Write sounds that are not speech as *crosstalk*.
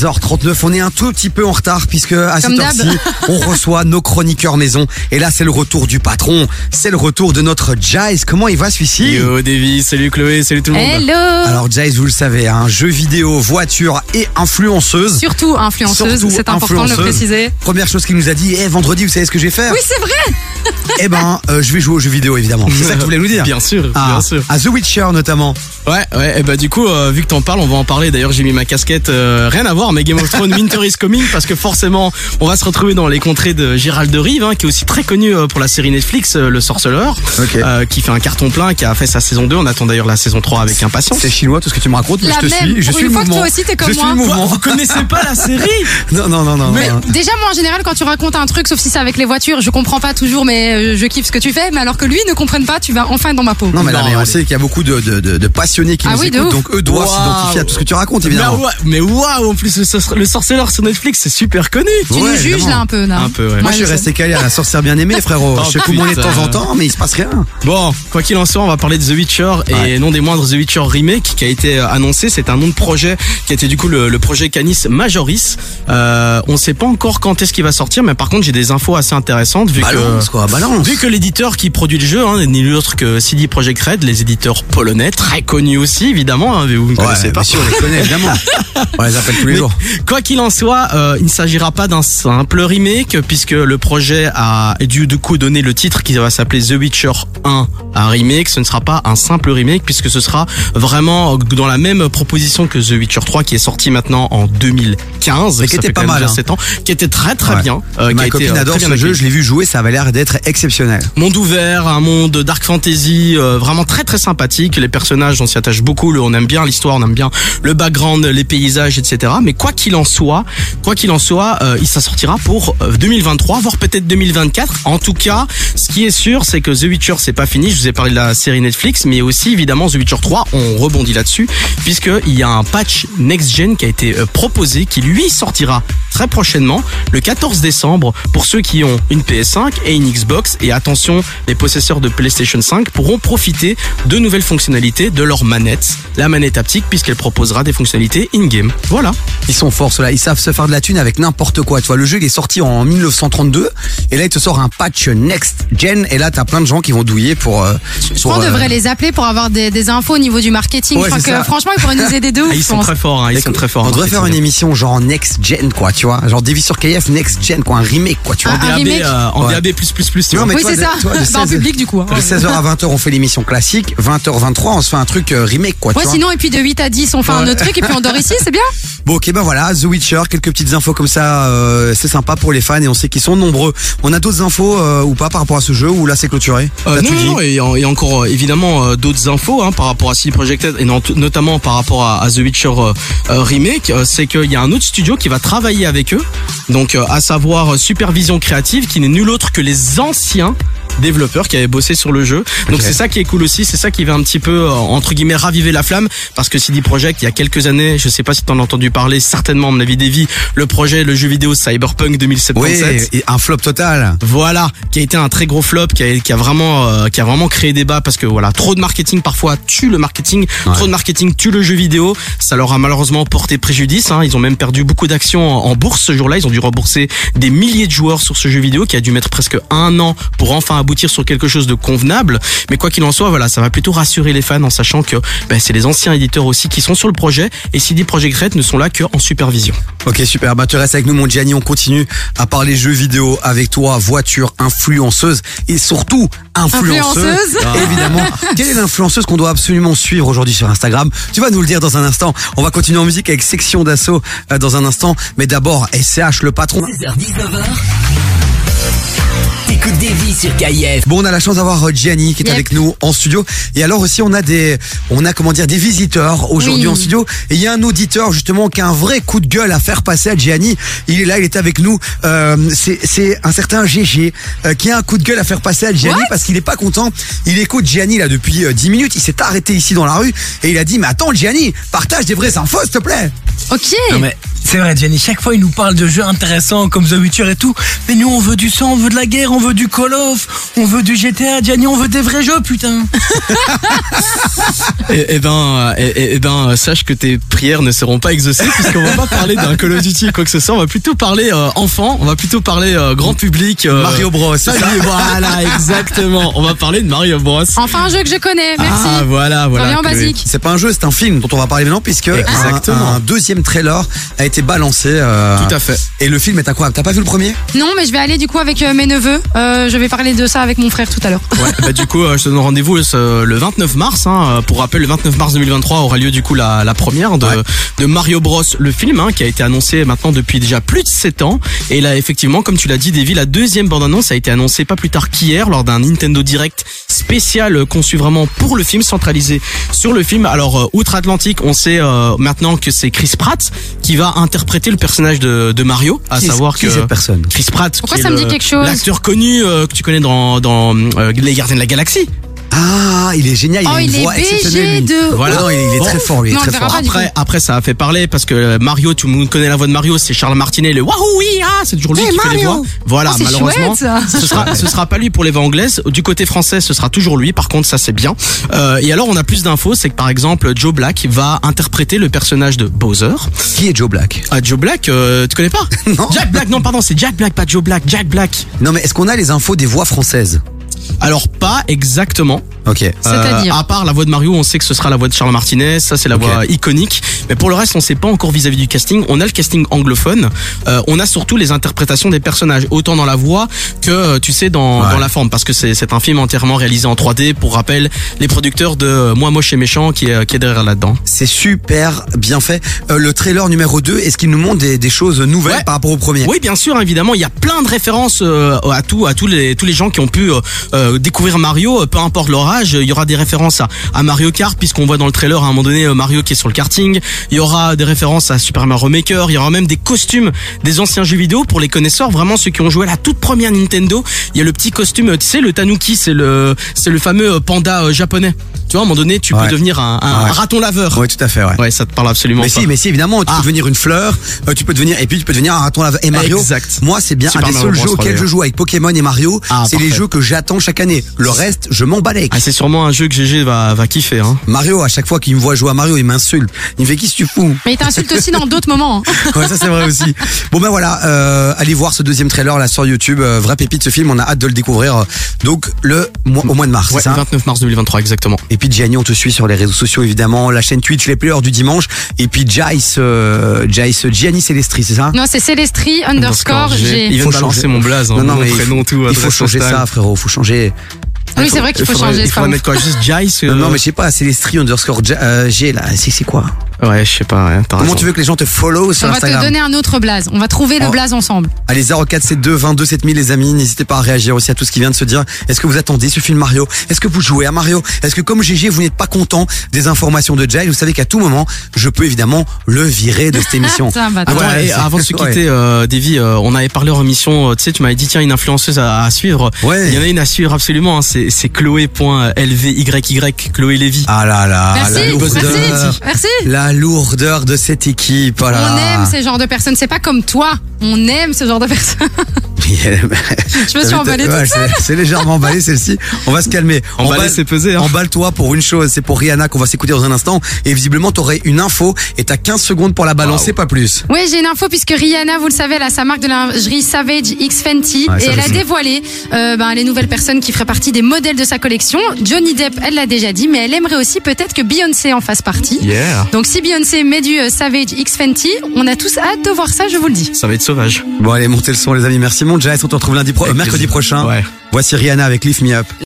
16h39, on est un tout petit peu en retard puisque à Comme cette heure-ci, on reçoit nos chroniqueurs maison. Et là, c'est le retour du patron, c'est le retour de notre Jace. Comment il va celui-ci Yo Davy, salut Chloé, salut tout le monde. Hello Alors Jace, vous le savez, un jeu vidéo, voiture et influenceuse. Surtout influenceuse, Surtout c'est important de le influenceuse. préciser. Première chose qu'il nous a dit, eh vendredi, vous savez ce que je vais faire Oui, c'est vrai Eh ben, euh, je vais jouer aux jeux vidéo évidemment. C'est ça que tu voulais nous dire Bien sûr, Ah, bien sûr. À The Witcher notamment. Ouais, ouais, et bah du coup, euh, vu que t'en parles, on va en parler. D'ailleurs, j'ai mis ma casquette, euh, rien à voir, mais Game of Thrones Winter is Coming, parce que forcément, on va se retrouver dans les contrées de Gérald de Rive, hein, qui est aussi très connu euh, pour la série Netflix, euh, Le Sorceleur, Ok. euh, qui fait un carton plein, qui a fait sa saison 2. On attend d'ailleurs la saison 3 avec impatience. C'est chinois tout ce que tu me racontes, mais La je te même. suis, je Pour suis le une fois que mouvement. toi aussi, t'es comme je suis moi. le mouvement. Vous connaissez pas la série Non, non, non, non. Mais non. déjà, moi en général, quand tu racontes un truc, sauf si c'est avec les voitures, je comprends pas toujours, mais euh, je kiffe ce que tu fais. Mais alors que lui ne comprenne pas, tu vas enfin être dans ma peau. Non, mais là, Non, mais on allez. sait qu'il y a beaucoup de, de, de, de passionnés qui Ah nous oui, de écoutent, ouf. donc eux doivent Waouh. s'identifier à tout ce que tu racontes, évidemment. Mais Bah ouais- Mais waouh, en plus, le, sor- le sorceleur sur Netflix, c'est super connu. tu ouais, nous juges évidemment. là un peu, là. Un peu, ouais. Moi, je suis resté calé à la sorcière bien aimée, frérot. Oh, je sais comment on est de temps en putain. temps, mais il se passe rien. Bon, quoi qu'il en soit, on va parler de The Witcher et Ouais. non des moindres The Witcher Remake qui a été euh, annoncé. C'est un nom de projet qui a été du coup le, le projet Canis Majoris. Euh, on sait pas encore quand est-ce qu'il va sortir, mais par contre j'ai des infos assez intéressantes vu que Balance, quoi, balance. Vu que l'éditeur qui produit le jeu hein, n'est nul autre que CD Projekt Red, les éditeurs polonais, très connus aussi évidemment, hein, vous ne connaissez pas. bien sûr, on les connaît, *laughs* évidemment. on les appelle tous les Mais jours. Quoi qu'il en soit, euh, il ne s'agira pas d'un simple remake puisque le projet a dû du coup donner le titre qui va s'appeler The Witcher 1 un remake. Ce ne sera pas un simple remake puisque ce sera vraiment dans la même proposition que The Witcher 3 qui est sorti maintenant en 2015. Mais qui Ça était fait pas quand même mal, déjà hein. 7 ans, qui était très très Ouais. bien. euh, qui a Ma été, copine euh, très adore bien ce jeu, accueilli. je l'ai vu jouer, ça avait l'air d'être exceptionnel. Monde ouvert, un monde dark fantasy, euh, vraiment très très sympathique. Les personnages, on s'y attache beaucoup. le- On aime bien l'histoire, on aime bien le background, les paysages, etc. Mais quoi qu'il en soit, quoi qu'il en soit, euh, il ça sortira pour euh, 2023, voire peut-être 2024. En tout cas, ce qui est sûr, c'est que The Witcher c'est pas fini. Je vous ai parlé de la série Netflix, mais aussi évidemment The Witcher 3. On rebondit là-dessus puisque il y a un patch next gen qui a été euh, proposé, qui lui sortira très prochainement, le 14 décembre, pour ceux qui ont une PS5 et une Xbox. Et attention, les possesseurs de PlayStation 5 pourront profiter de nouvelles fonctionnalités de leur manette, la manette haptique, puisqu'elle proposera des fonctionnalités in-game. Voilà. Ils sont forts, ceux-là. Ils savent se faire de la thune avec n'importe quoi. Tu vois, le jeu, il est sorti en 1932. Et là, il te sort un patch next gen. Et là, t'as plein de gens qui vont douiller pour, euh, Je pense pour, qu'on euh, devrait les appeler pour avoir des, des infos au niveau du marketing. Ouais, Je crois c'est que, ça. franchement, ils pourraient nous *laughs* aider de ouf. Ah, ils je sont pense. très forts, hein, ils sont très forts. On hein, devrait faire une effectivement. émission genre next gen, quoi, tu vois. Genre Devi sur KF next gen, quoi. Un remake, quoi, tu vois. Ah, un DAB, remake. euh, en Ouais. DAB++++, tu Non, vois. mais oui, toi, c'est de- ça. toi, de *laughs* Bah, en 16 public, du coup. ah, hein. De 16h à 20h, on fait l'émission classique. 20h23, on se fait un truc euh, remake, quoi. tu Ouais, vois. sinon, et puis de 8 à 10, on fait un Ouais. autre truc, et puis on dort ici, c'est bien. Bon, ok, ben voilà, The Witcher, quelques petites infos comme ça, euh, c'est sympa pour les fans et on sait qu'ils sont nombreux. On a d'autres infos euh, ou pas par rapport à ce jeu ou là c'est clôturé Euh, T'as non, tout dit non, et, en- et encore euh, évidemment euh, d'autres infos hein, par rapport à CD Projekt Red et non- notamment par rapport à, à The Witcher euh, euh, remake, euh, c'est qu'il y a un autre studio qui va travailler avec eux, donc euh, à savoir euh, Supervision Créative, qui n'est nul autre que les anciens développeurs qui avaient bossé sur le jeu. Donc Ok. c'est ça qui est cool aussi, c'est ça qui va un petit peu euh, entre guillemets raviver la flamme parce que CD Projekt il y a quelques années, je sais pas si t'en as entendu parler, certainement à mon avis Davy, le projet le jeu vidéo Cyberpunk 2077. Oui, et un flop total. Voilà, qui a été un très gros flop, qui a, qui a vraiment, euh, qui a vraiment créé débat parce que voilà, trop de marketing parfois tue le marketing, trop de marketing tue le jeu vidéo. Ça leur a malheureusement porté préjudice. hein. Ils ont même perdu beaucoup d'actions en, en bourse ce jour-là. Ils ont dû rembourser des milliers de joueurs sur ce jeu vidéo qui a dû mettre presque un an pour enfin aboutir sur quelque chose de convenable. Mais quoi qu'il en soit, voilà, ça va plutôt rassurer les fans en sachant que ben, c'est les anciens éditeurs aussi qui sont sur le projet et CD Projekt Red ne sont là que en supervision. Ok, super. Bah, tu restes avec nous, mon Gianni. On continue à parler jeux vidéo avec toi, voiture, influenceuse et surtout influenceuse. Influenceuse. Et Évidemment. Quelle est l'influenceuse qu'on doit absolument suivre aujourd'hui sur Instagram Tu vas nous le dire dans un instant. On va continuer en musique avec Section d'Assaut euh, dans un instant. Mais d'abord, SCH, le patron. 16h19h. T'écoutes des vies sur KIF. Bon, on a la chance d'avoir euh, Gianni qui est Yep. avec nous en studio. Et alors aussi, on a des, on a comment dire, des visiteurs aujourd'hui Oui. en studio. Et il y a un auditeur justement qui a un vrai coup de gueule à faire passer à Gianni. Il est là, il est avec nous. Euh, c'est- C'est un certain GG euh, qui a un coup de gueule à faire passer à Gianni parce qu'il est pas content. Il écoute Gianni là depuis euh, 10 minutes. Il s'est arrêté ici dans la rue et il a dit, mais attends Gianni, partage des vraies infos s'il te plaît. Ok. Non mais C'est vrai, Gianni, chaque fois il nous parle de jeux intéressants comme The Witcher et tout, mais nous on veut du sang, on veut de la guerre, on veut du Call of, on veut du GTA, Gianni, on veut des vrais jeux, putain Eh eh ben, euh, eh- eh- eh ben, euh, sache que tes prières ne seront pas exaucées puisqu'on va pas parler d'un Call of Duty quoi que ce soit. On va plutôt parler euh, enfant, on va plutôt parler euh, grand public. euh, Mario Bros. ça, oui, voilà, exactement. On va parler de Mario Bros. Enfin, un jeu que je connais, merci. Ah voilà, voilà. Reviens en Chloé. basique. C'est pas un jeu, c'est un film dont on va parler maintenant puisque un- Exactement. Un, deuxième trailer a été balancé. euh, Tout à fait. Et le film est incroyable. T'as pas vu le premier Non, mais je vais aller du coup avec euh, mes neveux. Euh, je vais parler de ça avec mon frère tout à l'heure. Ouais, bah du coup, euh, je te donne rendez-vous euh, le 29 mars. Hein, Euh, pour rappel, le 29 mars 2023 aura lieu du coup la, la première de, Ouais. de Mario Bros, le film, hein, qui a été annoncé maintenant depuis déjà plus de 7 ans. Et là, effectivement, comme tu l'as dit, Davy, la deuxième bande-annonce a été annoncée pas plus tard qu'hier lors d'un Nintendo Direct spécial euh, conçu vraiment pour le film, centralisé sur le film. Alors, euh, outre-Atlantique, on sait euh, maintenant que c'est Chris Pratt qui va interpréter le personnage de, de Mario, à Qui est- savoir qui que est cette personne Chris Pratt, Pourquoi qui est ça me le- dit quelque chose l'acteur connu euh, que tu connais dans, dans euh, Les Gardiens de la Galaxie. Ah, il est génial. Il Oh, a une il est voix exceptionnelle. BG lui. de. Voilà. Non, il il est Bon. très fort, lui. il est Non, on très le verra fort. Ah, pas. du Après, coup. après, ça a fait parler parce que euh, Mario, tout le monde connaît la voix de Mario, c'est Charles Martinet, le Wahoo, oui, ah, c'est toujours lui Hey, qui fait les Mario voix. Voilà, Oh, c'est malheureusement. chouette, ça. Ce sera, ce sera pas lui pour les voix anglaises. Du côté français, ce sera toujours lui. Par contre, ça c'est bien. Euh, et alors, on a plus d'infos. C'est que par exemple, Joe Black va interpréter le personnage de Bowser. Qui est Joe Black Ah, Joe Black, euh, tu connais pas Non. Jack Black, non, pardon, c'est Jack Black, pas Joe Black, Jack Black. Non, mais est-ce qu'on a les infos des voix françaises Alors pas exactement. Ok. C'est-à-dire Euh, à part la voix de Mario, on sait que ce sera la voix de Charles Martinez, ça c'est la Ok. voix iconique. Mais pour le reste, on sait pas encore vis-à-vis du casting. On a le casting anglophone, euh, on a surtout les interprétations des personnages, autant dans la voix que euh, tu sais dans, Ouais. dans la forme, parce que c'est c'est un film entièrement réalisé en 3D. Pour rappel, les producteurs de euh, Moi moche et méchant qui est, qui est derrière là-dedans. C'est super bien fait. Euh, le trailer numéro 2, est-ce qu'il nous montre des, des choses nouvelles Ouais. par rapport au premier Oui, bien sûr, évidemment, il y a plein de références euh, à tout, à tous les tous les gens qui ont pu euh, euh, découvrir Mario, euh, peu importe leur âge. Il y aura des références à, à Mario Kart puisqu'on voit dans le trailer à un moment donné euh, Mario qui est sur le karting. Il y aura des références à Super Mario Maker. Il y aura même des costumes des anciens jeux vidéo pour les connaisseurs, vraiment ceux qui ont joué à la toute première Nintendo. Il y a le petit costume, euh, tu sais, le tanuki, c'est le c'est le fameux euh, panda euh, japonais. Tu vois, à un moment donné, tu Ouais. peux devenir un, un Ouais. raton laveur. Ouais, tout à fait, ouais. Ouais, ça te parle absolument Mais pas. si, mais si, évidemment, tu Ah. peux devenir une fleur, euh, tu peux devenir, et puis tu peux devenir un raton laveur. Et Mario, Exact. moi, c'est bien Super un des Mario seuls Bros, jeux auxquels 3D. je joue avec Pokémon et Mario. Ah, c'est les parfait. jeux que j'attends chaque année. Le reste, je m'en balèque. Ah, c'est sûrement un jeu que GG va va kiffer. Hein. Mario, à chaque fois qu'il me voit jouer à Mario, il m'insulte. Il me fait qu'est-ce que tu fous Mais il t'insulte aussi dans d'autres moments. hein. Ouais, ça c'est vrai aussi. Bon ben voilà, euh, allez voir ce deuxième trailer là sur YouTube. Euh, vraie pépite ce film, on a hâte de le découvrir. euh, Donc le mois, au mois de mars, Ouais, c'est ça 29 mars 2023 exactement. Et puis Gianni, on te suit sur les réseaux sociaux évidemment, la chaîne Twitch, les players du dimanche. Et puis Jace, euh, Jace Gianni Celestri, c'est ça Non, c'est Célestri underscore G. Il vient Faut de balancer changer. mon blaze, hein, mon mais prénom, il, tout. il faut adresse changer postale. ça, frérot, faut changer. Ah Oui, c'est vrai qu'il faut faudrait- changer, Il c'est faudrait pas mettre quoi Juste Jice euh, Non, non, mais je sais pas, Celestri underscore Ja- euh, G là, c'est c'est quoi Ouais, je sais pas, ouais, t'as Comment raison. tu veux que les gens te follow sur On va Instagram te donner un autre blaze. On va trouver le Oh. blaze ensemble. Allez 0472 22 7000 les amis, n'hésitez pas à réagir aussi à tout ce qui vient de se dire. Est-ce que vous attendez ce film Mario Est-ce que vous jouez à Mario Est-ce que comme GG vous n'êtes pas content des informations de Jay Vous savez qu'à tout moment, je peux évidemment le virer de cette *laughs* émission. C'est un bâtard. Ah Attends, ouais, et c'est- avant de *laughs* se ouais. quitter, euh, Davy, euh, on avait parlé en émission, euh, tu sais, tu m'avais dit, tiens, une influenceuse à, à suivre. Ouais. Il y en a une à suivre, absolument, hein, c'est c'est chloé.lvyy, Chloé Lévy. Ah là là, la Merci, lourdeur, merci, merci. la lourdeur de cette équipe. Oh là On là. aime *laughs* ces genres de personnes. C'est pas comme toi. On aime ce genre de personnes. *laughs* Je me suis emballée Ouais, toute c'est- C'est légèrement *laughs* emballé celle-ci. On va se calmer. Emballé, Emballe- c'est pesé, hein. Emballe-toi pour une chose, c'est pour Rihanna qu'on va s'écouter dans un instant. Et visiblement, t'aurais une info et t'as 15 secondes pour la balancer, pas plus. Oui, j'ai une info puisque Rihanna, vous le savez, elle a sa marque de lingerie Savage X Fenty Ouais, et elle a Savage. dévoilé euh, ben, les nouvelles personnes qui feraient partie des modèles de sa collection. Johnny Depp, elle l'a déjà dit, mais elle aimerait aussi peut-être que Beyoncé en fasse partie. Yeah. Donc si Beyoncé met du euh, Savage X Fenty, on a tous hâte de voir ça, je vous le dis. Ça va être sauvage. Bon allez, montez le son les amis, merci mon Jazz, on te retrouve lundi pro- euh, Avec mercredi plaisir. prochain. Ouais. Voici Rihanna avec Lift Me Up.